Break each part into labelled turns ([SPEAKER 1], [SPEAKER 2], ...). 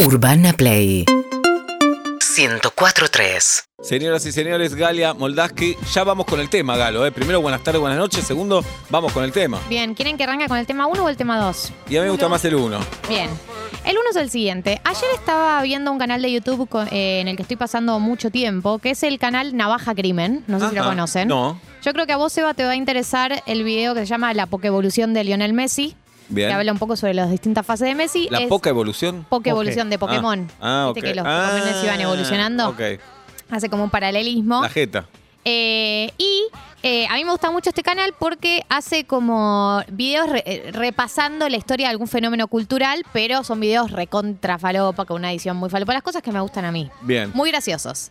[SPEAKER 1] Urbana Play 104.3
[SPEAKER 2] Señoras y señores, Galia Moldaski, ya vamos con el tema, Galo. ¿eh? Primero, buenas tardes, buenas noches. Segundo, vamos con el tema.
[SPEAKER 3] Bien, ¿quieren que arranque con el tema 1 o el tema 2?
[SPEAKER 2] Y a mí me gusta más el uno.
[SPEAKER 3] Bien. El 1 es el siguiente. Ayer estaba viendo un canal de YouTube co- eh, en el que estoy pasando mucho tiempo, que es el canal Navaja Crimen. No sé si lo
[SPEAKER 2] Ajá.
[SPEAKER 3] conocen.
[SPEAKER 2] No.
[SPEAKER 3] Yo creo que a vos, Seba, te va a interesar el video que se llama La Pokevolución de Lionel Messi,
[SPEAKER 2] Bien.
[SPEAKER 3] que habla un poco sobre las distintas fases de Messi.
[SPEAKER 2] La
[SPEAKER 3] Es
[SPEAKER 2] poca evolución.
[SPEAKER 3] Pokevolución de
[SPEAKER 2] Ah.
[SPEAKER 3] Pokémon.
[SPEAKER 2] Ah, ok.
[SPEAKER 3] Viste que los
[SPEAKER 2] Ah,
[SPEAKER 3] Pokémon se iban evolucionando.
[SPEAKER 2] Ok.
[SPEAKER 3] Hace como un paralelismo.
[SPEAKER 2] La jeta.
[SPEAKER 3] Eh, y eh, a mí me gusta mucho este canal porque hace como videos re- eh, repasando la historia de algún fenómeno cultural, pero son videos recontra falopa, con una edición muy falopa, las cosas que me gustan a mí.
[SPEAKER 2] Bien.
[SPEAKER 3] Muy graciosos.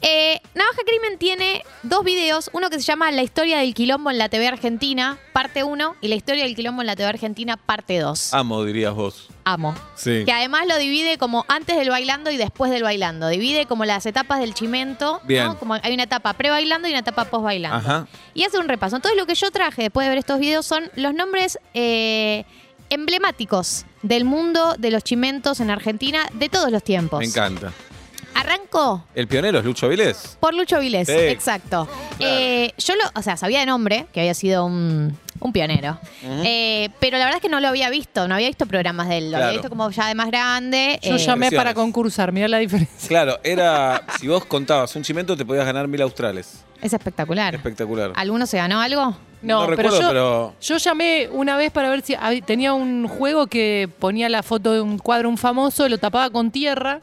[SPEAKER 3] Eh, Navaja Crimen tiene dos videos, uno que se llama La historia del quilombo en la TV Argentina, parte 1, y La historia del quilombo en la TV Argentina, parte 2.
[SPEAKER 2] Amo, dirías vos.
[SPEAKER 3] Amo.
[SPEAKER 2] Ah. Sí.
[SPEAKER 3] Que además lo divide como antes del bailando y después del bailando. Divide como las etapas del chimento.
[SPEAKER 2] Bien.
[SPEAKER 3] ¿no? Como hay una etapa pre-bailando y una etapa post-bailando.
[SPEAKER 2] Ajá.
[SPEAKER 3] Y hace un repaso. Entonces lo que yo traje después de ver estos videos son los nombres eh, emblemáticos del mundo de los chimentos en Argentina de todos los tiempos.
[SPEAKER 2] Me encanta.
[SPEAKER 3] Arrancó
[SPEAKER 2] El pionero es Lucho Vilés.
[SPEAKER 3] por Lucho Vilés.
[SPEAKER 2] Sí.
[SPEAKER 3] Exacto.
[SPEAKER 2] Claro.
[SPEAKER 3] Eh, yo lo, o sea, sabía de nombre, que había sido un, un pionero. Eh, pero la verdad es que no lo había visto, no había visto programas de él. Lo
[SPEAKER 2] Claro.
[SPEAKER 3] había visto como ya de más grande.
[SPEAKER 4] Yo
[SPEAKER 3] eh,
[SPEAKER 4] llamé para
[SPEAKER 2] Impresiones.
[SPEAKER 4] concursar, mirá la diferencia.
[SPEAKER 2] Claro, era. si vos contabas un chimento, te podías ganar mil australes.
[SPEAKER 3] Es espectacular.
[SPEAKER 2] Espectacular.
[SPEAKER 3] ¿Alguno se ganó algo?
[SPEAKER 2] No recuerdo, pero-
[SPEAKER 4] yo llamé una vez para ver si hab- tenía un juego que ponía la foto de un cuadro, un famoso, lo tapaba con tierra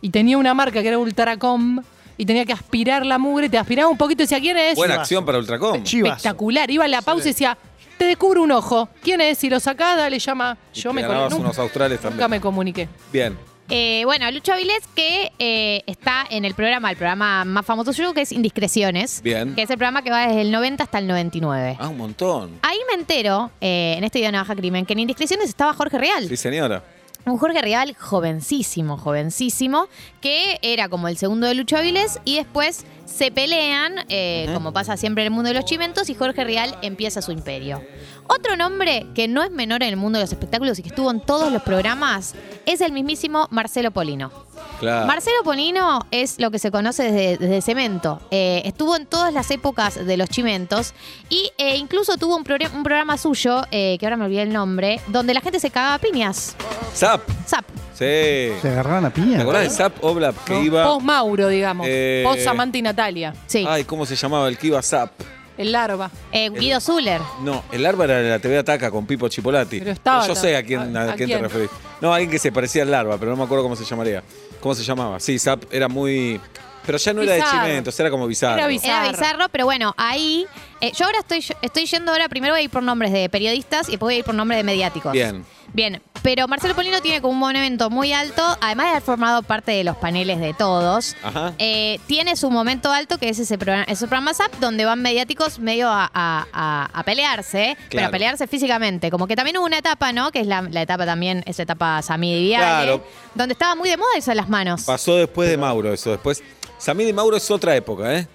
[SPEAKER 4] y tenía una marca que era Ultracom y tenía que aspirar la mugre, te aspiraba un poquito y decía, ¿quién es?
[SPEAKER 2] Buena acción para Ultracom.
[SPEAKER 5] Chivas.
[SPEAKER 4] Espectacular. Iba a la pausa y decía, te descubro un ojo. ¿Quién es? Si lo sacás, dale, llama.
[SPEAKER 2] Y
[SPEAKER 4] Yo
[SPEAKER 2] te
[SPEAKER 4] me
[SPEAKER 2] ganabas
[SPEAKER 4] comuniqué.
[SPEAKER 2] unos australes
[SPEAKER 4] Nunca
[SPEAKER 2] también.
[SPEAKER 4] me comuniqué.
[SPEAKER 2] Bien.
[SPEAKER 3] Eh, bueno, Lucho Avilés que eh, está en el programa, el programa más famoso suyo, que es Indiscreciones.
[SPEAKER 2] Bien.
[SPEAKER 3] Que es el programa que va desde el 90 hasta el 99.
[SPEAKER 2] Ah, un montón.
[SPEAKER 3] Ahí me entero, eh, en este video de Navaja Crimen, que en Indiscreciones estaba Jorge Real.
[SPEAKER 2] Sí, señora.
[SPEAKER 3] Un Jorge Real jovencísimo, jovencísimo, que era como el segundo de Lucho Avilés y después se pelean, eh, como pasa siempre en el mundo de los chimentos, y Jorge Real empieza su imperio. Otro nombre que no es menor en el mundo de los espectáculos y que estuvo en todos los programas es el mismísimo Marcelo Polino.
[SPEAKER 2] Claro.
[SPEAKER 3] Marcelo Ponino es lo que se conoce desde, desde Cemento. Eh, estuvo en todas las épocas de los Chimentos y eh, incluso tuvo un, progre- un programa suyo, eh, que ahora me olvidé el nombre, donde la gente se cagaba a piñas.
[SPEAKER 2] Zap.
[SPEAKER 3] Zap.
[SPEAKER 2] Sí.
[SPEAKER 5] Se agarraban a
[SPEAKER 2] ¿Te
[SPEAKER 5] piña.
[SPEAKER 2] acordás de Zap Oblap que
[SPEAKER 4] ¿no?
[SPEAKER 2] iba.
[SPEAKER 4] Post Mauro, digamos.
[SPEAKER 2] Eh,
[SPEAKER 4] Post Samantha y Natalia.
[SPEAKER 3] Sí.
[SPEAKER 2] Ay, ¿cómo se llamaba el que iba Zap?
[SPEAKER 4] El larva.
[SPEAKER 3] Eh, Guido Zuller.
[SPEAKER 2] No, el árbol era de la TV Ataca con Pipo Chipolati.
[SPEAKER 4] Pero estaba
[SPEAKER 2] yo
[SPEAKER 4] ta-
[SPEAKER 2] sé a quién, a,
[SPEAKER 4] ¿a- a
[SPEAKER 2] quién te
[SPEAKER 4] quién?
[SPEAKER 2] referís. No, alguien que se parecía al larva, pero no me acuerdo cómo se llamaría. ¿Cómo se llamaba? Sí, Zap era muy. Pero ya no era de
[SPEAKER 4] Bizarro.
[SPEAKER 2] chimentos, era como bizarro.
[SPEAKER 4] Era bizarro.
[SPEAKER 3] Era bizarro, pero bueno, ahí. eh, yo ahora estoy, estoy yendo ahora, primero voy a ir por nombres de periodistas y después voy a ir por nombres de mediáticos.
[SPEAKER 2] Bien.
[SPEAKER 3] Bien, pero Marcelo Polino tiene como un monumento muy alto, además de haber formado parte de los paneles de todos.
[SPEAKER 2] Ajá.
[SPEAKER 3] Eh, tiene su momento alto, que es ese programa, ese programa SAP, donde van mediáticos medio a, a- a- a pelearse, pero a pelearse físicamente. Como que también hubo una etapa, ¿no? Que es la, la etapa también, esa etapa Sammy Diviale,
[SPEAKER 2] Claro.
[SPEAKER 3] donde estaba muy de moda eso de las manos.
[SPEAKER 2] Pasó después de Mauro eso. Después. Samir y Mauro es otra época, ¿eh?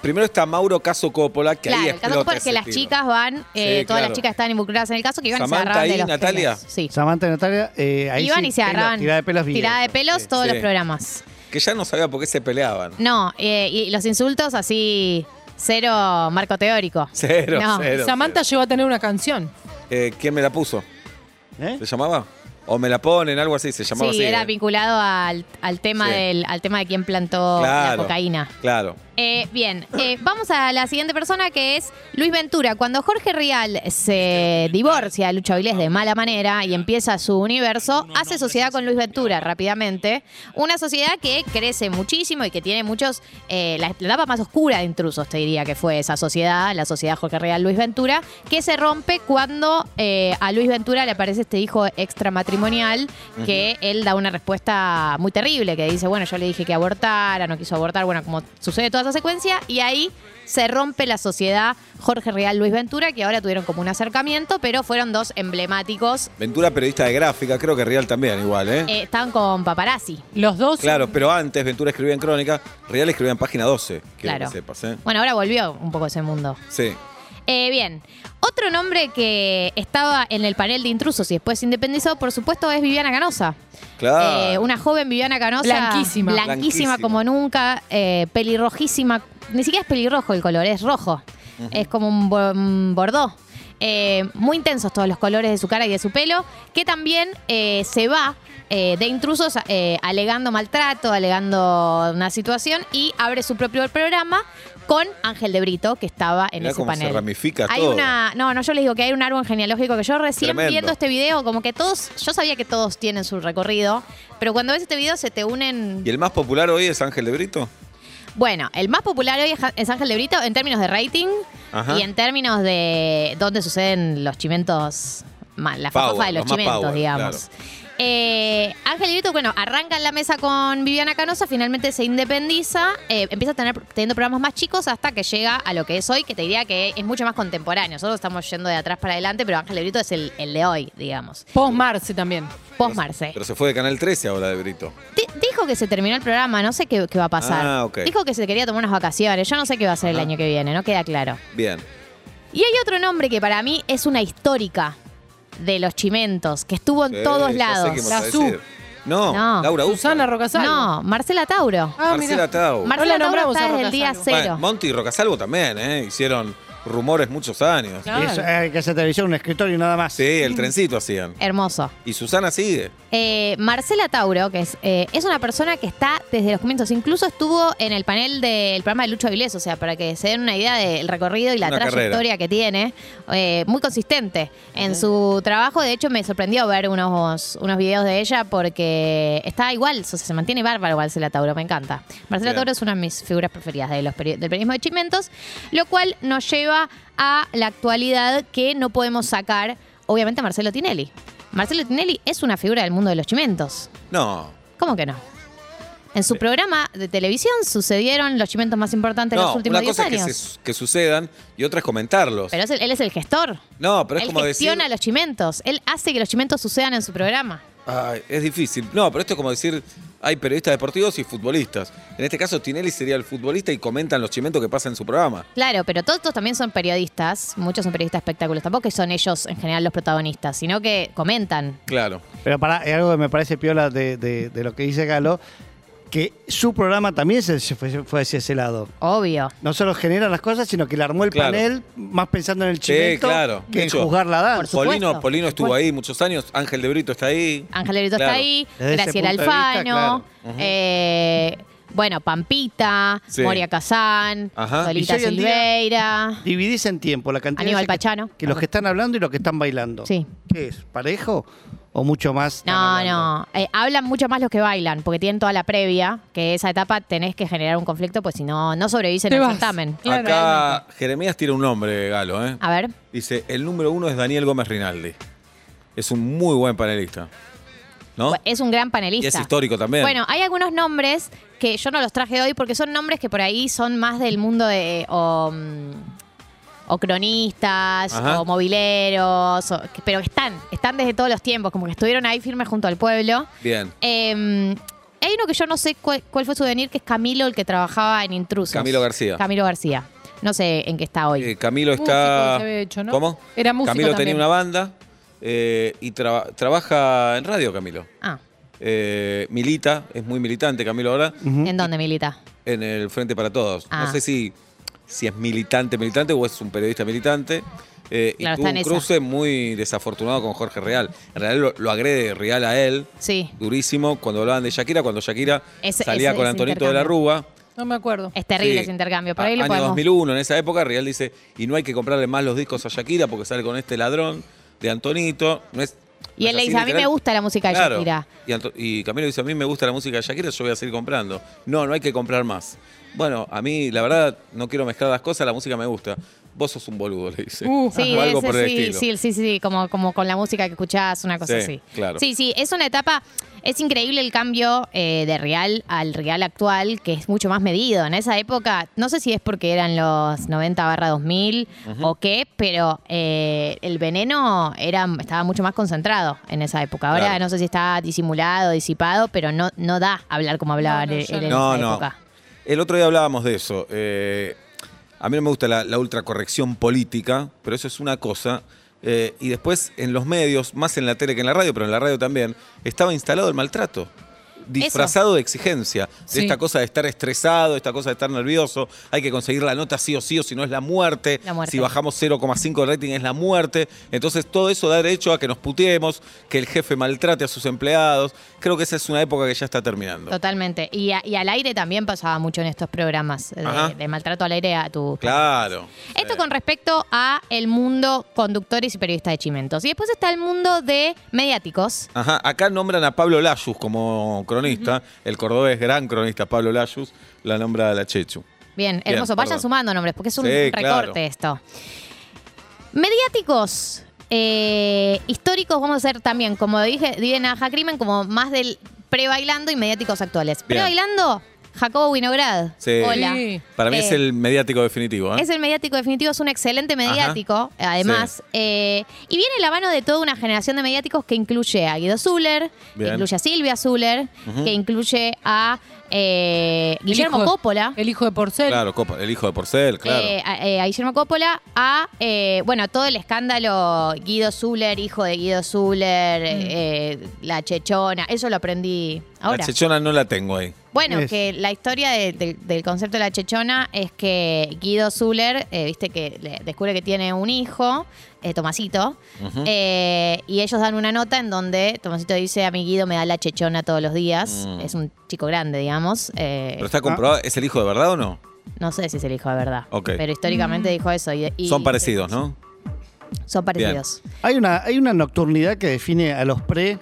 [SPEAKER 2] Primero está Mauro Caso Coppola, que
[SPEAKER 3] claro,
[SPEAKER 2] ahí
[SPEAKER 3] el caso
[SPEAKER 2] explota
[SPEAKER 3] fue que
[SPEAKER 2] ese
[SPEAKER 3] las
[SPEAKER 2] tiro.
[SPEAKER 3] chicas van, eh,
[SPEAKER 2] Sí,
[SPEAKER 3] todas
[SPEAKER 2] claro.
[SPEAKER 3] las chicas estaban involucradas en el caso, que iban y se
[SPEAKER 2] Samantha
[SPEAKER 3] agarraban de
[SPEAKER 2] y
[SPEAKER 3] los
[SPEAKER 2] Natalia.
[SPEAKER 3] pelos. Sí.
[SPEAKER 5] Samantha y Natalia. eh, ahí
[SPEAKER 3] Iban
[SPEAKER 5] sí,
[SPEAKER 3] y se
[SPEAKER 5] pelos,
[SPEAKER 3] agarraban.
[SPEAKER 5] Tirada de pelos. bien.
[SPEAKER 3] Tirada de pelos todos
[SPEAKER 2] Sí.
[SPEAKER 3] los programas.
[SPEAKER 2] Que ya no sabía por qué se peleaban.
[SPEAKER 3] No, eh, y los insultos así, cero marco teórico.
[SPEAKER 2] Cero,
[SPEAKER 3] No.
[SPEAKER 2] cero.
[SPEAKER 4] Samantha llegó a tener una canción.
[SPEAKER 2] Eh, ¿Quién me la puso?
[SPEAKER 5] ¿Eh?
[SPEAKER 2] ¿Se llamaba? ¿O me la ponen? Algo así, se
[SPEAKER 3] Sí,
[SPEAKER 2] llamaba así.
[SPEAKER 3] era
[SPEAKER 2] ¿eh?
[SPEAKER 3] vinculado al, al tema
[SPEAKER 2] Sí.
[SPEAKER 3] del al tema de quién plantó
[SPEAKER 2] Claro.
[SPEAKER 3] la cocaína.
[SPEAKER 2] Claro.
[SPEAKER 3] Eh, bien, eh, vamos a la siguiente persona que es Luis Ventura. Cuando Jorge Rial se divorcia de Lucho Avilés de mala manera y empieza su universo, hace sociedad con Luis Ventura rápidamente. Una sociedad que crece muchísimo y que tiene muchos. eh, la, la etapa más oscura de intrusos, te diría que fue esa sociedad, la sociedad Jorge Rial Luis Ventura, que se rompe cuando eh, a Luis Ventura le aparece este hijo extramatrimonial que él da una respuesta muy terrible, que dice, bueno, yo le dije que abortara, no quiso abortar, bueno, como sucede toda esa secuencia, y ahí se rompe la sociedad Jorge Real Luis Ventura, que ahora tuvieron como un acercamiento, pero fueron dos emblemáticos,
[SPEAKER 2] Ventura, periodista de gráfica, creo que Real también, igual, ¿eh?
[SPEAKER 3] eh, estaban con paparazzi.
[SPEAKER 4] Los dos.
[SPEAKER 2] Claro, pero antes Ventura escribía en Crónica, Real escribía en Página 12, quiero
[SPEAKER 3] Claro.
[SPEAKER 2] que sepas, ¿eh?
[SPEAKER 3] Bueno, ahora volvió un poco ese mundo.
[SPEAKER 2] Sí.
[SPEAKER 3] Eh, bien, otro nombre que estaba en el panel de intrusos y después se independizó, por supuesto, es Viviana Canosa.
[SPEAKER 2] Claro.
[SPEAKER 3] Eh, una joven Viviana Canosa.
[SPEAKER 4] Blanquísima.
[SPEAKER 3] Blanquísima,
[SPEAKER 2] Blanquísima.
[SPEAKER 3] como nunca. eh, pelirrojísima. Ni siquiera es pelirrojo el color, es rojo. Es como un, bo- un bordó. Eh, muy intensos todos los colores de su cara y de su pelo. Que también eh, se va eh, de intrusos eh, alegando maltrato, alegando una situación. Y abre su propio programa con Ángel de Brito, que estaba en
[SPEAKER 2] Mirá
[SPEAKER 3] ese
[SPEAKER 2] cómo se
[SPEAKER 3] panel.
[SPEAKER 2] ramifica
[SPEAKER 3] hay
[SPEAKER 2] todo.
[SPEAKER 3] una. No, no, yo les digo que hay un árbol genealógico que yo recién
[SPEAKER 2] Tremendo.
[SPEAKER 3] viendo este video, como que todos. Yo sabía que todos tienen su recorrido, pero cuando ves este video se te unen.
[SPEAKER 2] ¿Y el más popular hoy es Ángel de Brito?
[SPEAKER 3] Bueno, el más popular hoy es Ja- es Ángel de Brito en términos de rating
[SPEAKER 2] Ajá.
[SPEAKER 3] y en términos de dónde suceden los chimentos. ma- La
[SPEAKER 2] Power,
[SPEAKER 3] fafa de los
[SPEAKER 2] los más
[SPEAKER 3] chimentos,
[SPEAKER 2] power,
[SPEAKER 3] digamos. Eh, Ángel de Brito, bueno, arranca en la mesa con Viviana Canosa, finalmente se independiza, eh, empieza a tener teniendo programas más chicos hasta que llega a lo que es hoy, que te diría que es mucho más contemporáneo. Nosotros estamos yendo de atrás para adelante, pero Ángel de Brito es el, el de hoy, digamos.
[SPEAKER 4] Post Marce también.
[SPEAKER 3] Post Marce.
[SPEAKER 2] Pero se fue de Canal 13 ahora de Brito.
[SPEAKER 3] Di- Dijo que se terminó el programa, no sé qué, qué va a pasar.
[SPEAKER 2] Ah, ok.
[SPEAKER 3] Dijo que se quería tomar unas vacaciones, yo no sé qué va a hacer el
[SPEAKER 2] Ajá.
[SPEAKER 3] año que viene, no queda claro.
[SPEAKER 2] Bien.
[SPEAKER 3] Y hay otro nombre que para mí es una histórica de los chimentos, que estuvo en
[SPEAKER 2] Sí,
[SPEAKER 3] todos
[SPEAKER 2] Eh, ya sé
[SPEAKER 3] lados.
[SPEAKER 2] qué vas
[SPEAKER 4] La
[SPEAKER 2] a
[SPEAKER 4] Su.
[SPEAKER 2] decir. No,
[SPEAKER 3] No.
[SPEAKER 2] Laura Ufa.
[SPEAKER 4] Susana Rocasal.
[SPEAKER 3] No, Marcela Tauro.
[SPEAKER 4] Ah,
[SPEAKER 2] Marcela
[SPEAKER 4] mirá.
[SPEAKER 2] Tau.
[SPEAKER 4] Mar-
[SPEAKER 3] Marcela
[SPEAKER 4] No la
[SPEAKER 3] Tauro
[SPEAKER 4] nombramos
[SPEAKER 3] está
[SPEAKER 4] a
[SPEAKER 3] desde el
[SPEAKER 4] Roca
[SPEAKER 3] día
[SPEAKER 4] Salvo.
[SPEAKER 3] cero.
[SPEAKER 2] Oh. Bueno, Monti y Rocasalvo también, ¿eh? Hicieron rumores muchos años.
[SPEAKER 4] Claro.
[SPEAKER 5] Eso, eh, que hacer televisión, un escritorio nada más.
[SPEAKER 2] Sí, el trencito hacían.
[SPEAKER 3] Hermoso.
[SPEAKER 2] Y Susana sigue.
[SPEAKER 3] Eh, Marcela Tauro, que es, eh, es una persona que está desde los comienzos, incluso estuvo en el panel del programa de Lucho Avilés, o sea, para que se den una idea del recorrido y la
[SPEAKER 2] Una
[SPEAKER 3] trayectoria
[SPEAKER 2] carrera.
[SPEAKER 3] que tiene, eh, muy consistente en su trabajo. De hecho, me sorprendió ver unos, unos videos de ella porque está igual, o sea, se mantiene bárbaro Marcela Tauro, me encanta. Marcela
[SPEAKER 2] Bien.
[SPEAKER 3] Tauro es una de mis figuras preferidas de los peri- del periodismo de Chimentos, lo cual nos lleva a la actualidad que no podemos sacar, obviamente, a Marcelo Tinelli. Marcelo Tinelli es una figura del mundo de los chimentos.
[SPEAKER 2] No.
[SPEAKER 3] ¿Cómo que no? En su programa de televisión sucedieron los chimentos más importantes de los
[SPEAKER 2] No,
[SPEAKER 3] últimos
[SPEAKER 2] una
[SPEAKER 3] 10
[SPEAKER 2] cosa es
[SPEAKER 3] años.
[SPEAKER 2] que, se- que sucedan y otra es comentarlos.
[SPEAKER 3] Pero es el- él es el gestor.
[SPEAKER 2] no, pero es
[SPEAKER 3] él
[SPEAKER 2] como decir.
[SPEAKER 3] gestiona los chimentos. Él hace que los chimentos sucedan en su programa.
[SPEAKER 2] Ay, es difícil. No, pero esto es como decir, hay periodistas deportivos y futbolistas. En este caso, Tinelli sería el futbolista y comentan los chimentos que pasan en su programa.
[SPEAKER 3] Claro, pero todos estos también son periodistas. Muchos son periodistas de espectáculos. Tampoco que son ellos en general los protagonistas, sino que comentan.
[SPEAKER 2] Claro.
[SPEAKER 5] Pero para algo que me parece piola de, de- de lo que dice Galo, que su programa también se se fue, fue hacia ese lado.
[SPEAKER 3] Obvio.
[SPEAKER 5] No solo genera las cosas, sino que le armó el
[SPEAKER 2] Claro.
[SPEAKER 5] panel más pensando en el
[SPEAKER 2] Sí,
[SPEAKER 5] chimento
[SPEAKER 2] claro.
[SPEAKER 5] que
[SPEAKER 2] De
[SPEAKER 5] en
[SPEAKER 2] hecho,
[SPEAKER 5] juzgar la danza.
[SPEAKER 3] Ah, supuesto. Ah,
[SPEAKER 2] Polino, Polino estuvo ahí muchos años. Ángel de Brito está ahí.
[SPEAKER 3] Ángel Brito
[SPEAKER 2] Claro.
[SPEAKER 3] está ahí,
[SPEAKER 5] Desde ese
[SPEAKER 3] Graciela
[SPEAKER 5] punto de vista,
[SPEAKER 3] Alfano,
[SPEAKER 2] claro. Ujú.
[SPEAKER 3] eh, bueno, Pampita,
[SPEAKER 2] Sí.
[SPEAKER 3] Moria Kazán,
[SPEAKER 2] Ajá.
[SPEAKER 3] Solita
[SPEAKER 5] Y llega el día-
[SPEAKER 3] Silveira.
[SPEAKER 5] Dividís en tiempo la cantidad
[SPEAKER 3] Aníbal
[SPEAKER 5] de
[SPEAKER 3] Pachano.
[SPEAKER 5] Que, que los que están hablando y los que están bailando.
[SPEAKER 3] Sí.
[SPEAKER 5] ¿Qué es? ¿Parejo o mucho más? están
[SPEAKER 3] No,
[SPEAKER 5] hablando?
[SPEAKER 3] no. Eh, hablan mucho más los que bailan, porque tienen toda la previa, que esa etapa tenés que generar un conflicto, pues si no, no sobrevives en
[SPEAKER 4] Te
[SPEAKER 3] el
[SPEAKER 4] vas.
[SPEAKER 3] certamen.
[SPEAKER 4] Claro,
[SPEAKER 2] Acá Jeremías tira un nombre, Galo, ¿eh?
[SPEAKER 3] A ver,
[SPEAKER 2] Dice, el número uno es Daniel Gómez Rinaldi. Es un muy buen panelista. ¿No?
[SPEAKER 3] es un gran
[SPEAKER 2] Y
[SPEAKER 3] panelista.
[SPEAKER 2] es histórico también.
[SPEAKER 3] Bueno, hay algunos nombres que yo no los traje hoy porque son nombres que por ahí son más del mundo de. o, mm, o cronistas,
[SPEAKER 2] Ajá.
[SPEAKER 3] o mobileros, o- que- pero están, están desde todos los tiempos, como que estuvieron ahí firmes junto al pueblo.
[SPEAKER 2] Bien.
[SPEAKER 3] Eh, hay uno que yo no sé cuál, cuál fue su venir, que es Camilo, el que trabajaba en Intrusos.
[SPEAKER 2] Camilo García.
[SPEAKER 3] Camilo García. No sé en qué está hoy.
[SPEAKER 2] Eh, Camilo
[SPEAKER 4] Músico
[SPEAKER 2] está.
[SPEAKER 4] se había hecho, ¿no?
[SPEAKER 2] ¿Cómo?
[SPEAKER 4] Era músico
[SPEAKER 2] Camilo tenía
[SPEAKER 4] también.
[SPEAKER 2] una banda eh, y traba- trabaja en radio, Camilo.
[SPEAKER 3] ah,
[SPEAKER 2] Eh, milita, es muy militante Camilo ahora,
[SPEAKER 3] ¿en dónde milita?
[SPEAKER 2] en el Frente para Todos.
[SPEAKER 3] Ah.
[SPEAKER 2] No sé si, si es militante, militante o es un periodista militante. Eh,
[SPEAKER 3] Claro,
[SPEAKER 2] y tuvo
[SPEAKER 3] está en
[SPEAKER 2] un
[SPEAKER 3] esa.
[SPEAKER 2] cruce muy desafortunado con Jorge Real. En realidad lo, lo agrede Real a él,
[SPEAKER 3] Sí,
[SPEAKER 2] durísimo, cuando hablaban de Shakira, cuando Shakira
[SPEAKER 3] Ese-
[SPEAKER 2] salía
[SPEAKER 3] ese-
[SPEAKER 2] con
[SPEAKER 3] ese
[SPEAKER 2] Antonito de la Rúa.
[SPEAKER 4] No me acuerdo.
[SPEAKER 3] es terrible
[SPEAKER 2] Sí.
[SPEAKER 3] ese intercambio, pero ahí
[SPEAKER 2] A-
[SPEAKER 3] lo
[SPEAKER 2] año
[SPEAKER 3] podemos...
[SPEAKER 2] 2001, en esa época, Real dice, y no hay que comprarle más los discos a Shakira porque sale con este ladrón de Antonito. No es,
[SPEAKER 3] Y él le dice, a mí me gusta la música de Shakira.
[SPEAKER 2] Y, Anto- y Camilo dice, a mí me gusta la música de Shakira, yo voy a seguir comprando. No, no hay que comprar más. Bueno, a mí, la verdad, no quiero mezclar las cosas, la música me gusta. Vos sos un boludo, le dice.
[SPEAKER 4] Uh,
[SPEAKER 3] Sí,
[SPEAKER 2] o algo
[SPEAKER 3] ese
[SPEAKER 2] por el
[SPEAKER 3] sí,
[SPEAKER 2] estilo.
[SPEAKER 3] sí, sí, sí, sí, como, como con la música que escuchás, una cosa
[SPEAKER 2] Sí,
[SPEAKER 3] así.
[SPEAKER 2] claro.
[SPEAKER 3] Sí, sí, es una etapa, es increíble el cambio eh, de Real al Real actual, que es mucho más medido. En esa época, no sé si es porque eran los 90 barra 2000 o qué, pero eh, el veneno era, estaba mucho más concentrado en esa época. Ahora
[SPEAKER 2] Claro.
[SPEAKER 3] no sé si está disimulado, disipado, pero no, no da hablar como hablaba
[SPEAKER 4] No, no,
[SPEAKER 3] él
[SPEAKER 4] ya
[SPEAKER 3] en
[SPEAKER 2] No,
[SPEAKER 3] esa
[SPEAKER 2] no.
[SPEAKER 3] época.
[SPEAKER 2] El otro día hablábamos de eso. eh, a mí no me gusta la, la ultracorrección política, pero eso es una cosa. eh, y después en los medios, más en la tele que en la radio, pero en la radio también, estaba instalado el maltrato. Disfrazado de exigencia, de
[SPEAKER 4] Sí.
[SPEAKER 2] esta cosa de estar estresado, esta cosa de estar nervioso, hay que conseguir la nota sí o sí, o si no es la muerte,
[SPEAKER 3] La muerte.
[SPEAKER 2] si bajamos 0,5 de rating es la muerte. Entonces todo eso da derecho a que nos puteemos, que el jefe maltrate a sus empleados. Creo que esa es una época que ya está terminando.
[SPEAKER 3] Totalmente. Y, a- y al aire también pasaba mucho en estos programas de,
[SPEAKER 2] Ajá.
[SPEAKER 3] de maltrato al aire a tu...
[SPEAKER 2] Claro.
[SPEAKER 3] Esto con respecto a el mundo conductores y periodistas de Chimentos. Y después está el mundo de mediáticos.
[SPEAKER 2] Ajá, acá nombran a Pablo Layus como cronista, el cordobés gran cronista Pablo Layus, la nombra a la Chechu.
[SPEAKER 3] Bien,
[SPEAKER 2] Bien,
[SPEAKER 3] hermoso. Vayan
[SPEAKER 2] perdón.
[SPEAKER 3] sumando nombres, porque es un
[SPEAKER 2] Sí,
[SPEAKER 3] recorte
[SPEAKER 2] claro.
[SPEAKER 3] esto. Mediáticos. eh, históricos vamos a ser también, como dije, dije Naja Crimen, como más del pre-bailando y mediáticos actuales.
[SPEAKER 2] Bien.
[SPEAKER 3] Pre-bailando, Jacobo Winograd.
[SPEAKER 2] Sí.
[SPEAKER 3] Hola.
[SPEAKER 4] Sí.
[SPEAKER 2] Para mí
[SPEAKER 3] Eh,
[SPEAKER 2] es el mediático definitivo. ¿eh?
[SPEAKER 3] Es el mediático definitivo, es un excelente mediático, además.
[SPEAKER 2] Sí.
[SPEAKER 3] eh, y viene la mano de toda una generación de mediáticos que incluye a Guido Zuller, que
[SPEAKER 2] Bien.
[SPEAKER 3] incluye a Silvia Zuller,
[SPEAKER 2] Ujú.
[SPEAKER 3] que incluye a eh, Guillermo
[SPEAKER 4] hijo-
[SPEAKER 3] Coppola.
[SPEAKER 4] El hijo de Porcel.
[SPEAKER 2] Claro, Copa- el hijo de Porcel, claro.
[SPEAKER 3] eh, a, eh, a Guillermo Coppola, a eh, bueno, a todo el escándalo Guido Zuller, hijo de Guido
[SPEAKER 2] Mm.
[SPEAKER 3] Zuller, eh, la chechona, eso lo aprendí ahora.
[SPEAKER 2] La chechona no la tengo ahí.
[SPEAKER 3] Bueno,
[SPEAKER 5] Es.
[SPEAKER 3] que la historia de- de- del concepto de la chechona es que Guido Zuller, eh, viste que le- descubre que tiene un hijo, eh, Tomasito,
[SPEAKER 2] Ujú.
[SPEAKER 3] eh, y ellos dan una nota en donde Tomasito dice, a mi Guido me da la chechona todos los días,
[SPEAKER 2] Mm.
[SPEAKER 3] es un chico grande, digamos, eh,
[SPEAKER 2] Pero está comprobado, ¿es el hijo de verdad o no?
[SPEAKER 3] no sé si es el hijo de verdad,
[SPEAKER 2] Ok.
[SPEAKER 3] pero históricamente
[SPEAKER 5] Mm.
[SPEAKER 3] dijo eso. y- y-
[SPEAKER 2] Son parecidos, ¿no?
[SPEAKER 3] Son parecidos.
[SPEAKER 5] Hay una, hay una nocturnidad que define a los pre.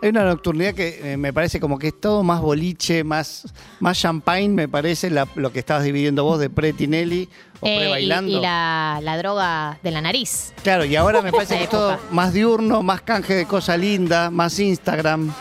[SPEAKER 5] Hay una nocturnidad que eh, me parece como que es todo más boliche, más, más champagne, me parece la- lo que estabas dividiendo vos de pre-Tinelli o
[SPEAKER 3] Eh, y-
[SPEAKER 5] pre-bailando.
[SPEAKER 3] y la, la droga de la nariz.
[SPEAKER 5] Claro, y ahora me parece que es todo
[SPEAKER 3] Época.
[SPEAKER 5] más diurno, más canje de cosa linda, más Instagram.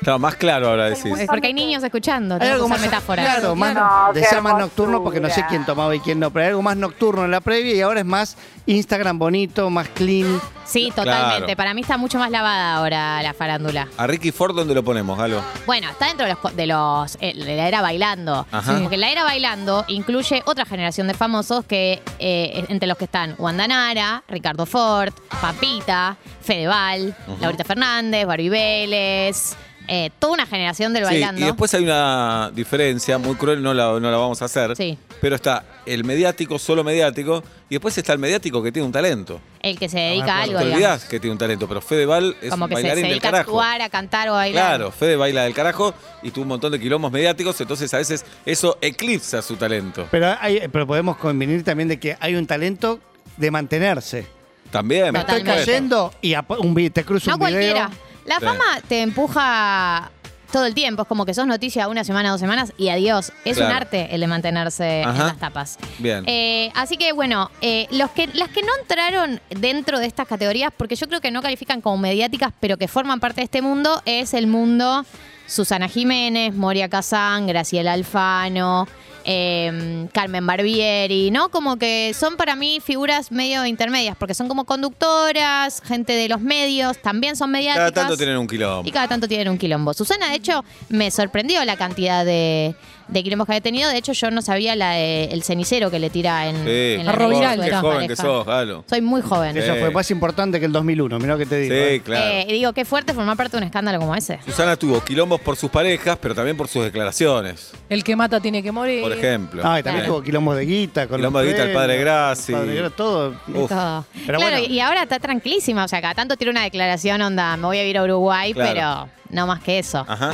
[SPEAKER 2] Claro, más claro ahora decís.
[SPEAKER 3] Es porque hay niños escuchando,
[SPEAKER 5] Hay
[SPEAKER 3] tengo que
[SPEAKER 5] algo
[SPEAKER 3] usar
[SPEAKER 5] más
[SPEAKER 3] metáforas.
[SPEAKER 5] Claro, más,
[SPEAKER 1] No, qué
[SPEAKER 5] decía más
[SPEAKER 1] hermosura.
[SPEAKER 5] nocturno porque no sé quién tomaba y quién no, pero hay algo más nocturno en la previa y ahora es más Instagram bonito, más clean.
[SPEAKER 3] Sí,
[SPEAKER 2] Claro.
[SPEAKER 3] totalmente. Para mí está mucho más lavada ahora la farándula.
[SPEAKER 2] A Ricky Ford, ¿dónde lo ponemos, Galo?
[SPEAKER 3] Bueno, está dentro de los, co- de los eh, de la era bailando.
[SPEAKER 2] Ajá.
[SPEAKER 3] Porque la era bailando incluye otra generación de famosos que eh, entre los que están Wanda Nara, Ricardo Ford, Papita, Fedeval, Laurita Fernández, Barbie Vélez, eh, toda una generación del
[SPEAKER 2] Sí,
[SPEAKER 3] bailando.
[SPEAKER 2] y después hay una diferencia muy cruel, no la, no la vamos a hacer.
[SPEAKER 3] Sí.
[SPEAKER 2] Pero está el mediático, solo mediático, y después está el mediático que tiene un talento.
[SPEAKER 3] el que se dedica a algo,
[SPEAKER 2] Ah, te
[SPEAKER 3] digamos.
[SPEAKER 2] olvidás que tiene un talento, pero Fedeval es
[SPEAKER 3] Como
[SPEAKER 2] un
[SPEAKER 3] que se, se
[SPEAKER 2] bailarín del
[SPEAKER 3] dedica a
[SPEAKER 2] carajo.
[SPEAKER 3] actuar, a cantar o a bailar.
[SPEAKER 2] Claro, Fede baila del carajo y tuvo un montón de quilombos mediáticos, entonces a veces eso eclipsa su talento.
[SPEAKER 5] Pero, hay- pero podemos convenir también de que hay un talento de mantenerse.
[SPEAKER 2] También.
[SPEAKER 5] Me estoy
[SPEAKER 3] Totalmente.
[SPEAKER 5] cayendo y ap- un vi- te cruzo
[SPEAKER 3] No
[SPEAKER 5] un video.
[SPEAKER 3] cualquiera. La
[SPEAKER 2] Sí.
[SPEAKER 3] fama te empuja todo el tiempo. Es como que sos noticia una semana, dos semanas y adiós. Es un
[SPEAKER 2] Claro.
[SPEAKER 3] arte el de mantenerse en
[SPEAKER 2] Ajá.
[SPEAKER 3] las tapas.
[SPEAKER 2] Bien.
[SPEAKER 3] Eh, así que bueno, eh, los que, las que no entraron dentro de estas categorías, porque yo creo que no califican como mediáticas, pero que forman parte de este mundo, es el mundo Susana Jiménez, Moria Kazán, Graciela Alfano. eh, Carmen Barbieri, ¿no? Como que son para mí figuras medio intermedias, porque son como conductoras, gente de los medios, también son mediáticas.
[SPEAKER 2] Cada tanto tienen un
[SPEAKER 3] Y
[SPEAKER 2] quilombo.
[SPEAKER 3] cada tanto tienen un quilombo. Susana, de hecho, me sorprendió la cantidad de, de quilombos que había tenido. De hecho, yo no sabía la de- el cenicero que le tira en,
[SPEAKER 2] Sí.
[SPEAKER 3] en
[SPEAKER 4] la
[SPEAKER 2] qué
[SPEAKER 4] Arroyo
[SPEAKER 3] nariz
[SPEAKER 2] joven,
[SPEAKER 3] de
[SPEAKER 4] Viral.
[SPEAKER 2] Qué
[SPEAKER 3] todas
[SPEAKER 2] joven que
[SPEAKER 3] parejas.
[SPEAKER 2] sos, Galo.
[SPEAKER 3] Soy muy joven.
[SPEAKER 5] Eso
[SPEAKER 2] Sí.
[SPEAKER 5] fue más importante que el 2001, mirá lo que te digo.
[SPEAKER 2] Sí,
[SPEAKER 5] ¿eh?
[SPEAKER 2] claro.
[SPEAKER 3] Eh, y digo, qué fuerte formar parte de un escándalo como ese.
[SPEAKER 2] Susana tuvo quilombos por sus parejas, pero también por sus declaraciones,
[SPEAKER 4] El que mata tiene que morir.
[SPEAKER 2] por ejemplo.
[SPEAKER 5] No, Ah, y también
[SPEAKER 2] Bien.
[SPEAKER 5] tuvo quilombos de guita. Con
[SPEAKER 2] Quilombo
[SPEAKER 5] los
[SPEAKER 2] de guita, el
[SPEAKER 5] premios,
[SPEAKER 2] padre Grassi.
[SPEAKER 5] el Padre Grassi, todo.
[SPEAKER 2] Uf.
[SPEAKER 3] Todo.
[SPEAKER 5] Pero
[SPEAKER 3] claro,
[SPEAKER 5] bueno.
[SPEAKER 3] y ahora está tranquilísima. O sea, cada tanto tira una declaración, onda, me voy a ir a Uruguay,
[SPEAKER 2] Claro.
[SPEAKER 3] pero no más que eso.
[SPEAKER 2] Ajá.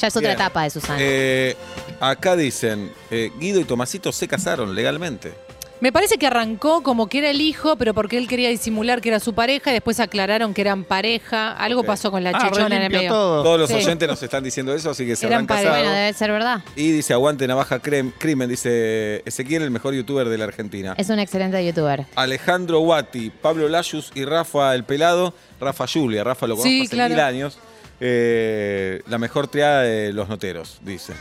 [SPEAKER 3] Ya es otra
[SPEAKER 2] Bien.
[SPEAKER 3] etapa de Susana.
[SPEAKER 2] Eh, acá dicen, eh, Guido y Tomasito se casaron legalmente.
[SPEAKER 4] Me parece que arrancó como que era el hijo, pero porque él quería disimular que era su pareja y después aclararon que eran pareja. Algo
[SPEAKER 2] Ok.
[SPEAKER 4] pasó con la
[SPEAKER 5] Ah,
[SPEAKER 4] chechona en el
[SPEAKER 5] relimpio
[SPEAKER 4] medio.
[SPEAKER 5] todo.
[SPEAKER 2] Todos los
[SPEAKER 4] Sí.
[SPEAKER 2] oyentes nos están diciendo eso, así que se
[SPEAKER 4] Eran
[SPEAKER 2] habrán
[SPEAKER 4] pareja.
[SPEAKER 2] casado.
[SPEAKER 3] bueno, debe ser verdad.
[SPEAKER 2] Y dice, aguante Navaja Crem- Crimen, dice Ezequiel, el mejor youtuber de la Argentina.
[SPEAKER 3] Es un excelente youtuber.
[SPEAKER 2] Alejandro Guati, Pablo Layus y Rafa el Pelado, Rafa Julia, Rafa lo conozco
[SPEAKER 4] Sí,
[SPEAKER 2] hace
[SPEAKER 4] claro.
[SPEAKER 2] mil años. Eh, la mejor triada de los noteros, dice.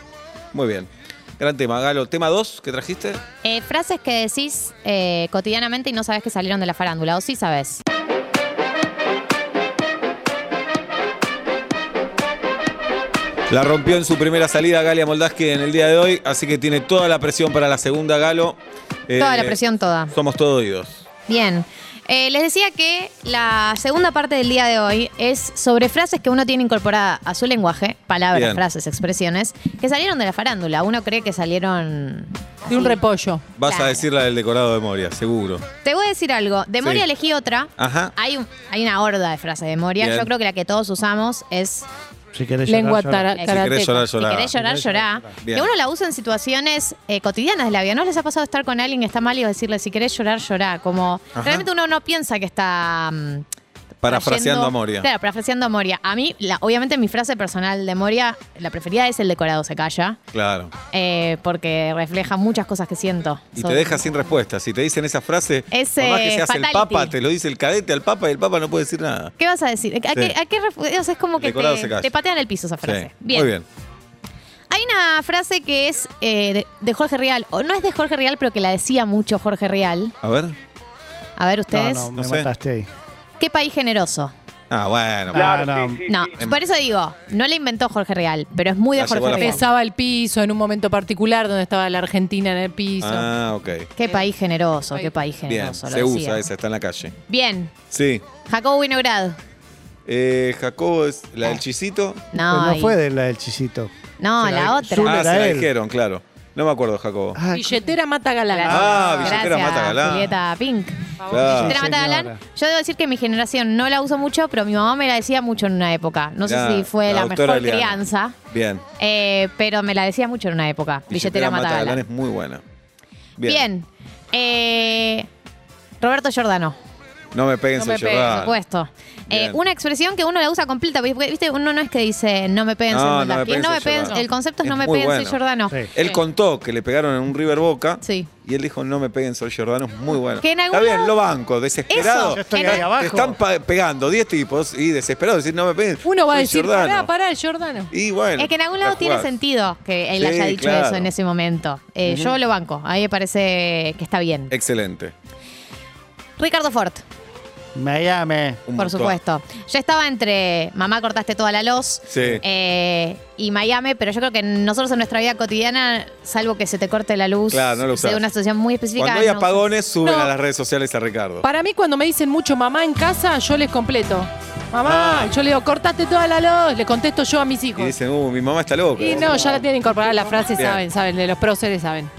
[SPEAKER 2] Muy bien. Gran tema, Galo. ¿Tema 2 que trajiste?
[SPEAKER 3] Eh, frases que decís eh, cotidianamente y no sabes que salieron de la farándula, o sí sabes.
[SPEAKER 2] La rompió en su primera salida Galia Moldaski en el día de hoy, así que tiene toda la presión para la segunda, Galo. Eh,
[SPEAKER 3] Toda la presión toda.
[SPEAKER 2] Somos todo oídos.
[SPEAKER 3] Bien. Eh, les decía que la segunda parte del día de hoy es sobre frases que uno tiene incorporada a su lenguaje, palabras,
[SPEAKER 2] Bien.
[SPEAKER 3] frases, expresiones, que salieron de la farándula. Uno cree que salieron.
[SPEAKER 4] De un
[SPEAKER 3] así.
[SPEAKER 4] repollo.
[SPEAKER 2] Vas
[SPEAKER 3] Claro.
[SPEAKER 2] a decir la del decorado de Moria, seguro.
[SPEAKER 3] Te voy a decir algo. De Moria
[SPEAKER 2] Sí.
[SPEAKER 3] elegí otra.
[SPEAKER 2] Ajá.
[SPEAKER 3] Hay, un- hay una horda de frases de Moria.
[SPEAKER 2] Bien.
[SPEAKER 3] Yo creo que la que todos usamos es
[SPEAKER 5] Si querés llorar,
[SPEAKER 4] Lengua
[SPEAKER 5] llora.
[SPEAKER 4] tara-
[SPEAKER 3] Si
[SPEAKER 4] karateca.
[SPEAKER 2] querés llorar,
[SPEAKER 3] Si querés llorar,
[SPEAKER 5] Si querés
[SPEAKER 3] llorá.
[SPEAKER 5] llorar,
[SPEAKER 2] Bien.
[SPEAKER 3] Que uno la usa en situaciones eh, cotidianas de la vida. ¿No les ha pasado estar con alguien que está mal y decirle, si querés llorar, llorá? Como,
[SPEAKER 2] Ajá.
[SPEAKER 3] realmente uno no piensa que está... mm,
[SPEAKER 2] Parafraseando
[SPEAKER 3] trayendo-
[SPEAKER 2] a Moria.
[SPEAKER 3] Claro, parafraseando a Moria. A mí, la- obviamente, mi frase personal de Moria, la preferida es el decorado se calla,
[SPEAKER 2] Claro.
[SPEAKER 3] eh, porque refleja muchas cosas que siento.
[SPEAKER 2] Y te
[SPEAKER 3] Sobre-
[SPEAKER 2] deja sin respuesta. Si te dicen esa frase,
[SPEAKER 3] Es,
[SPEAKER 2] por más que
[SPEAKER 3] eh,
[SPEAKER 2] seas el
[SPEAKER 3] fatality.
[SPEAKER 2] Papa, te lo dice el cadete al Papa y el Papa no puede decir nada.
[SPEAKER 3] ¿Qué vas a decir? ¿A, qué, a qué ref- o sea, es como que
[SPEAKER 2] Decorado se
[SPEAKER 3] te,
[SPEAKER 2] calla.
[SPEAKER 3] te patean el piso esa frase.
[SPEAKER 2] Sí, Muy bien.
[SPEAKER 3] Hay una frase que es eh, de, de Jorge Rial, o no es de Jorge Rial, pero que la decía mucho Jorge Rial.
[SPEAKER 2] A ver.
[SPEAKER 3] A ver,
[SPEAKER 5] No,
[SPEAKER 3] ustedes.
[SPEAKER 5] no, me
[SPEAKER 2] No sé.
[SPEAKER 5] mataste ahí.
[SPEAKER 3] ¿Qué país generoso?
[SPEAKER 2] Ah, bueno.
[SPEAKER 1] Claro,
[SPEAKER 5] Claro, no. pues
[SPEAKER 1] sí, sí,
[SPEAKER 3] No,
[SPEAKER 1] sí.
[SPEAKER 3] por eso digo, no la inventó Jorge Real, pero es muy de
[SPEAKER 2] La
[SPEAKER 3] Jorge
[SPEAKER 2] llevó a la
[SPEAKER 3] Real.
[SPEAKER 2] fama.
[SPEAKER 4] Pesaba el piso en un momento particular donde estaba la Argentina en el piso.
[SPEAKER 2] Ah, ok.
[SPEAKER 3] Qué país generoso, qué país
[SPEAKER 2] Bien,
[SPEAKER 3] generoso. lo
[SPEAKER 2] se
[SPEAKER 3] decía.
[SPEAKER 2] usa esa, está en la calle.
[SPEAKER 3] Bien,
[SPEAKER 2] Sí.
[SPEAKER 3] Jacobo Winograd.
[SPEAKER 2] Eh, Jacobo es la
[SPEAKER 3] Ah.
[SPEAKER 2] del chisito.
[SPEAKER 3] No,
[SPEAKER 5] Pero Pues no
[SPEAKER 3] y-
[SPEAKER 5] fue de la del chisito.
[SPEAKER 3] no,
[SPEAKER 5] Se la-
[SPEAKER 3] la otra.
[SPEAKER 5] Zul
[SPEAKER 2] Ah,
[SPEAKER 5] era
[SPEAKER 2] se la
[SPEAKER 5] él.
[SPEAKER 2] dijeron, claro. No me acuerdo, Jacobo.
[SPEAKER 5] Ah,
[SPEAKER 4] Billetera mata
[SPEAKER 3] Gracias,
[SPEAKER 4] galán.
[SPEAKER 2] Ah, billetera
[SPEAKER 3] gracias,
[SPEAKER 2] mata galán. Ah,
[SPEAKER 3] Julieta Pink.
[SPEAKER 2] Claro.
[SPEAKER 3] Billetera mata
[SPEAKER 5] señora.
[SPEAKER 3] galán. Yo debo decir que mi generación no la uso mucho, pero mi mamá me la decía mucho en una época. No sé
[SPEAKER 2] Claro,
[SPEAKER 3] si fue la,
[SPEAKER 2] doctora
[SPEAKER 3] mejor
[SPEAKER 2] Eliana.
[SPEAKER 3] crianza,
[SPEAKER 2] Bien.
[SPEAKER 3] eh, pero me la decía mucho en una época. Billetera, mata galán.
[SPEAKER 2] es muy buena.
[SPEAKER 3] Bien. Eh, Roberto Giordano.
[SPEAKER 2] No me peguen,
[SPEAKER 4] No
[SPEAKER 2] se
[SPEAKER 4] me peguen,
[SPEAKER 2] llorar.
[SPEAKER 3] Por supuesto. Eh,
[SPEAKER 2] Bien.
[SPEAKER 3] una expresión que uno la usa completa, porque viste, uno no es que dice no me peguen,
[SPEAKER 2] No,
[SPEAKER 3] soy
[SPEAKER 2] no
[SPEAKER 3] maldad".
[SPEAKER 2] me
[SPEAKER 3] Y
[SPEAKER 2] peguen,
[SPEAKER 3] no
[SPEAKER 2] soy
[SPEAKER 3] me peguen,
[SPEAKER 2] Giordano.
[SPEAKER 3] el concepto es
[SPEAKER 2] Es
[SPEAKER 3] no me
[SPEAKER 2] muy
[SPEAKER 3] peguen, soy
[SPEAKER 2] bueno.
[SPEAKER 3] Giordano.
[SPEAKER 5] Sí.
[SPEAKER 2] Él contó que le pegaron en un River Boca.
[SPEAKER 3] Sí.
[SPEAKER 2] Y él dijo, no me peguen, soy Giordano. Es muy bueno.
[SPEAKER 3] Que en algún
[SPEAKER 2] Está bien,
[SPEAKER 3] lado-
[SPEAKER 2] lo banco, desesperado.
[SPEAKER 3] Eso,
[SPEAKER 5] Yo estoy
[SPEAKER 3] en-
[SPEAKER 5] ahí abajo.
[SPEAKER 2] Te están pa- pegando 10 tipos y desesperado decir, no me peguen.
[SPEAKER 4] Uno va a
[SPEAKER 2] soy
[SPEAKER 4] decir,
[SPEAKER 2] Giordano".
[SPEAKER 4] pará, pará, el Jordano.
[SPEAKER 2] Y bueno.
[SPEAKER 3] Es que en algún
[SPEAKER 2] la
[SPEAKER 3] lado tiene
[SPEAKER 2] jugás.
[SPEAKER 3] sentido que él
[SPEAKER 2] Sí,
[SPEAKER 3] haya dicho
[SPEAKER 2] claro.
[SPEAKER 3] eso en ese momento. Eh, Yo lo banco, ahí me parece que está bien.
[SPEAKER 2] Eh, Excelente.
[SPEAKER 3] Ricardo Ford,
[SPEAKER 5] Miami.
[SPEAKER 2] Un
[SPEAKER 3] por
[SPEAKER 2] montón.
[SPEAKER 3] supuesto. Yo estaba entre mamá cortaste toda la luz
[SPEAKER 2] Sí.
[SPEAKER 3] eh, y Miami, pero yo creo que nosotros en nuestra vida cotidiana, salvo que se te corte la luz,
[SPEAKER 2] Claro, no lo
[SPEAKER 3] sea
[SPEAKER 2] usás.
[SPEAKER 3] una situación muy específica.
[SPEAKER 2] Cuando hay
[SPEAKER 3] no usas.
[SPEAKER 2] apagones, suben
[SPEAKER 4] No.
[SPEAKER 2] a las redes sociales a Ricardo.
[SPEAKER 4] Para mí, cuando me dicen mucho mamá en casa, yo les completo. Mamá, yo le digo, cortaste toda la luz. Le contesto yo a mis
[SPEAKER 2] Ah. Y
[SPEAKER 4] hijos.
[SPEAKER 2] dicen, uh, mi mamá está loca.
[SPEAKER 4] Y no, ya la tienen incorporada la frase,
[SPEAKER 2] Bien.
[SPEAKER 4] saben, saben, de los próceres saben.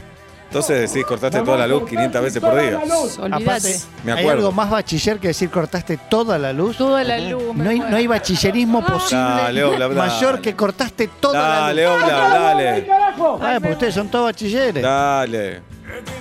[SPEAKER 2] Entonces decís, cortaste toda la luz 500 veces por día.
[SPEAKER 4] Olvídate.
[SPEAKER 2] Me
[SPEAKER 5] Hay
[SPEAKER 2] acuerdo.
[SPEAKER 5] algo más bachiller que decir cortaste toda la luz.
[SPEAKER 4] Toda la luz. me Ah.
[SPEAKER 5] No hay,
[SPEAKER 4] muero.
[SPEAKER 5] no hay bachillerismo posible
[SPEAKER 2] Dale, obla, dale.
[SPEAKER 5] mayor que cortaste toda la
[SPEAKER 2] Dale,
[SPEAKER 5] luz.
[SPEAKER 2] Obla, dale.
[SPEAKER 5] Ah, pues ustedes son todos bachilleres.
[SPEAKER 2] Dale.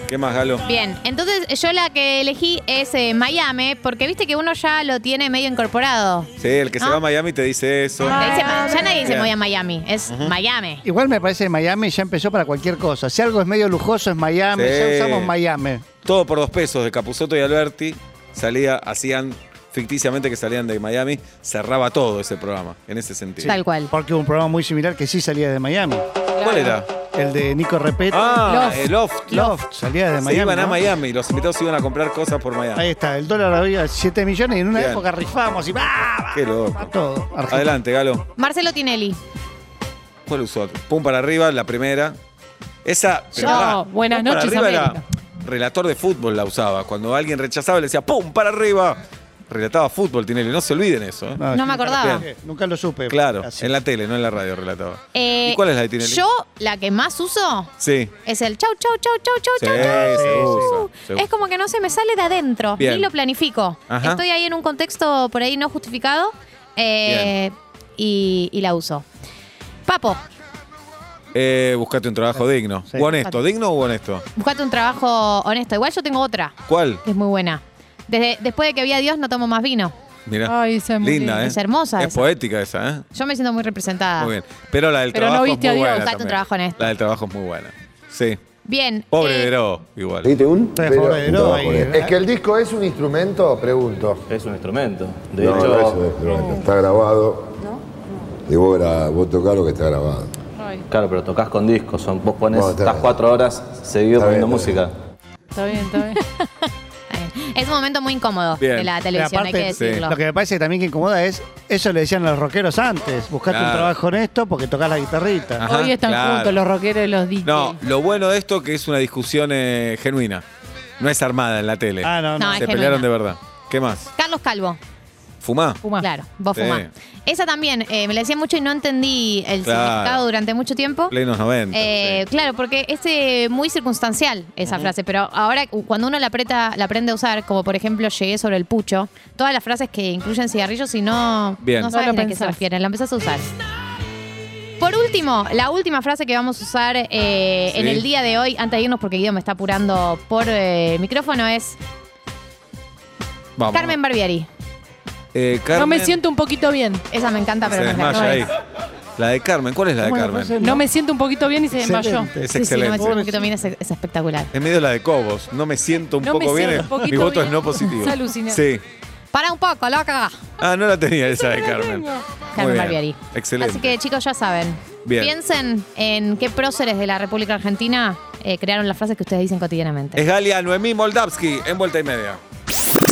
[SPEAKER 2] ¿Qué más, Galo?
[SPEAKER 3] Bien, entonces yo la que elegí es eh, Miami, porque viste que uno ya lo tiene medio incorporado.
[SPEAKER 2] Sí, el que se
[SPEAKER 3] ¿No?
[SPEAKER 2] va a Miami te dice eso.
[SPEAKER 3] Le dice- Ah. ya nadie dice
[SPEAKER 2] Bien.
[SPEAKER 3] me voy a Miami, es Miami.
[SPEAKER 5] Igual me parece que Miami ya empezó para cualquier cosa. Si algo es medio lujoso es Miami,
[SPEAKER 2] Sí.
[SPEAKER 5] ya usamos Miami.
[SPEAKER 2] Todo por dos pesos de Capuzoto y Alberti. Salía, hacían ficticiamente que salían de Miami. Cerraba todo ese programa, en ese sentido.
[SPEAKER 3] Tal cual.
[SPEAKER 5] Porque hubo un programa muy similar que sí salía de Miami.
[SPEAKER 2] ¿Cuál era?
[SPEAKER 5] El de Nico Repeto.
[SPEAKER 2] Ah,
[SPEAKER 4] Loft.
[SPEAKER 2] el Loft.
[SPEAKER 5] Loft, salía de
[SPEAKER 2] Se
[SPEAKER 5] Miami.
[SPEAKER 2] iban a
[SPEAKER 5] ¿no?
[SPEAKER 2] Miami, los invitados iban a comprar cosas por Miami.
[SPEAKER 5] Ahí está, el dólar había 7 millones y en una
[SPEAKER 2] Bien.
[SPEAKER 5] época rifamos y va,
[SPEAKER 2] Qué
[SPEAKER 5] va
[SPEAKER 2] loco.
[SPEAKER 5] todo. Argentina.
[SPEAKER 2] Adelante, Galo.
[SPEAKER 3] Marcelo Tinelli.
[SPEAKER 2] ¿Cuál usó? Pum para arriba, la primera. Esa. pero
[SPEAKER 4] Yo,
[SPEAKER 2] pará,
[SPEAKER 4] buenas
[SPEAKER 2] pum para
[SPEAKER 4] noches,
[SPEAKER 2] arriba era-
[SPEAKER 4] América.
[SPEAKER 2] relator de fútbol la usaba. Cuando alguien rechazaba, le decía ¡pum! para arriba. Relataba fútbol, Tinelli. No se olviden eso. ¿eh?
[SPEAKER 3] No me
[SPEAKER 5] nunca lo
[SPEAKER 3] acordaba.
[SPEAKER 5] supe, Nunca lo supe.
[SPEAKER 2] Claro,
[SPEAKER 5] Así.
[SPEAKER 2] en la tele, no en la radio relataba.
[SPEAKER 3] Eh,
[SPEAKER 2] ¿Y cuál es la de Tinelli?
[SPEAKER 3] Yo la que más uso
[SPEAKER 2] Sí.
[SPEAKER 3] es el chau, chau, chau, chau, chau,
[SPEAKER 2] Sí,
[SPEAKER 3] chau,
[SPEAKER 2] se
[SPEAKER 3] chau.
[SPEAKER 2] usa, se usa.
[SPEAKER 3] Es como que no se me sale de adentro,
[SPEAKER 2] Bien.
[SPEAKER 3] ni lo planifico.
[SPEAKER 2] Ajá.
[SPEAKER 3] Estoy ahí en un contexto por ahí no justificado eh, y, y la uso. Papo,
[SPEAKER 2] Eh, buscate un trabajo digno.
[SPEAKER 5] Sí.
[SPEAKER 2] ¿O honesto? ¿Digno o honesto?
[SPEAKER 3] buscate un trabajo honesto. Igual yo tengo otra.
[SPEAKER 2] ¿Cuál?
[SPEAKER 3] que es muy buena. Desde, después de que vi a Dios no tomo más vino.
[SPEAKER 2] Mirá.
[SPEAKER 4] Ay, esa es muy
[SPEAKER 2] Linda,
[SPEAKER 4] linda.
[SPEAKER 2] ¿eh?
[SPEAKER 3] Es hermosa
[SPEAKER 2] Es
[SPEAKER 3] esa. Ah.
[SPEAKER 2] poética esa, ¿eh?
[SPEAKER 3] Yo me siento muy representada.
[SPEAKER 2] Muy bien. Pero la del
[SPEAKER 4] Pero no
[SPEAKER 2] trabajo
[SPEAKER 4] viste a
[SPEAKER 2] es muy
[SPEAKER 4] Dios.
[SPEAKER 2] buena.
[SPEAKER 3] Buscate un
[SPEAKER 2] también.
[SPEAKER 3] trabajo honesto.
[SPEAKER 2] La del trabajo es muy buena. Sí.
[SPEAKER 3] Bien,
[SPEAKER 2] Pobre
[SPEAKER 3] eh,
[SPEAKER 2] Veró, igual.
[SPEAKER 6] ¿Viste un?
[SPEAKER 5] Estoy a favor de Veró ahí, ¿eh?
[SPEAKER 6] Es que el disco es un instrumento, pregunto.
[SPEAKER 7] Es un instrumento. De
[SPEAKER 8] No,
[SPEAKER 7] hecho,
[SPEAKER 8] no es un instrumento. Está grabado. Y vos, gra- vos tocás lo que está grabado.
[SPEAKER 4] Ay,
[SPEAKER 7] claro, pero tocas con discos. Son, vos pones,
[SPEAKER 8] Bueno, está
[SPEAKER 7] estás
[SPEAKER 8] bien.
[SPEAKER 7] cuatro horas seguido
[SPEAKER 8] Está bien, está
[SPEAKER 7] poniendo música.
[SPEAKER 4] está bien, está bien.
[SPEAKER 3] eh, es un momento muy incómodo
[SPEAKER 2] Bien.
[SPEAKER 3] de la
[SPEAKER 5] Pero
[SPEAKER 3] televisión, hay que
[SPEAKER 5] aparte,
[SPEAKER 3] decirlo.
[SPEAKER 5] Lo que me parece también que incomoda es, eso le decían los rockeros antes, buscate un
[SPEAKER 2] Claro.
[SPEAKER 5] trabajo honesto porque tocas la guitarrita.
[SPEAKER 2] Ah. Ajá,
[SPEAKER 4] Hoy están
[SPEAKER 2] claro.
[SPEAKER 4] juntos los rockeros y los DJs.
[SPEAKER 2] No, lo bueno de esto que es una discusión eh, genuina. No es armada en la tele.
[SPEAKER 5] Ah, no, no.
[SPEAKER 3] No,
[SPEAKER 2] Se
[SPEAKER 3] es genuina.
[SPEAKER 2] pelearon de verdad. ¿Qué más?
[SPEAKER 3] Carlos Calvo.
[SPEAKER 2] ¿Fumá?
[SPEAKER 4] Fumá.
[SPEAKER 3] Claro, vos
[SPEAKER 2] Sí.
[SPEAKER 3] fumás. Esa también, eh, me la decía mucho y no entendí el
[SPEAKER 2] Claro.
[SPEAKER 3] significado durante mucho tiempo.
[SPEAKER 2] Plenos 90.
[SPEAKER 3] Eh,
[SPEAKER 2] sí.
[SPEAKER 3] Claro, porque es eh, muy circunstancial esa frase, pero ahora u- cuando uno la, aprieta, la aprende a usar, como por ejemplo llegué sobre el pucho, todas las frases que incluyen cigarrillos y no,
[SPEAKER 2] Bien.
[SPEAKER 3] no
[SPEAKER 2] No
[SPEAKER 3] sabes
[SPEAKER 4] lo
[SPEAKER 3] ni a qué se
[SPEAKER 4] pensás.
[SPEAKER 3] refieren, la empezás a usar. Por último, la última frase que vamos a usar eh,
[SPEAKER 2] Sí.
[SPEAKER 3] en el día de hoy, antes de irnos porque Guido me está apurando por eh, micrófono, es
[SPEAKER 2] Vamos.
[SPEAKER 3] Carmen Barbieri.
[SPEAKER 2] Eh, Carmen.
[SPEAKER 4] No me siento un poquito bien.
[SPEAKER 3] Esa me encanta,
[SPEAKER 2] Se
[SPEAKER 3] pero no, es la-
[SPEAKER 2] desmaya
[SPEAKER 3] no
[SPEAKER 2] ahí.
[SPEAKER 3] es.
[SPEAKER 2] La de Carmen. ¿Cuál es la de
[SPEAKER 5] ¿Cómo la
[SPEAKER 2] Carmen?
[SPEAKER 5] frase?
[SPEAKER 4] No me siento un poquito bien y se desmayó.
[SPEAKER 5] Excelente.
[SPEAKER 2] Es
[SPEAKER 3] Sí, sí, no me
[SPEAKER 2] excelente.
[SPEAKER 3] siento un poquito bien, es, es espectacular.
[SPEAKER 2] en medio de la de Cobos. No me siento un
[SPEAKER 4] No me
[SPEAKER 2] poco bien. eh.
[SPEAKER 4] siento un poquito
[SPEAKER 2] Mi voto
[SPEAKER 4] bien.
[SPEAKER 2] es no positivo.
[SPEAKER 4] Es alucinante.
[SPEAKER 2] Sí,
[SPEAKER 3] Para un poco, loca.
[SPEAKER 2] Ah, no la tenía esa de Carmen.
[SPEAKER 4] tengo.
[SPEAKER 2] Muy
[SPEAKER 3] Carmen
[SPEAKER 2] bien.
[SPEAKER 3] Barbieri.
[SPEAKER 2] Excelente.
[SPEAKER 3] Así que chicos, ya saben.
[SPEAKER 2] Bien.
[SPEAKER 3] Piensen en qué próceres de la República Argentina eh, crearon las frases que ustedes dicen cotidianamente.
[SPEAKER 2] Es Galia Noemí Moldavsky en vuelta y media.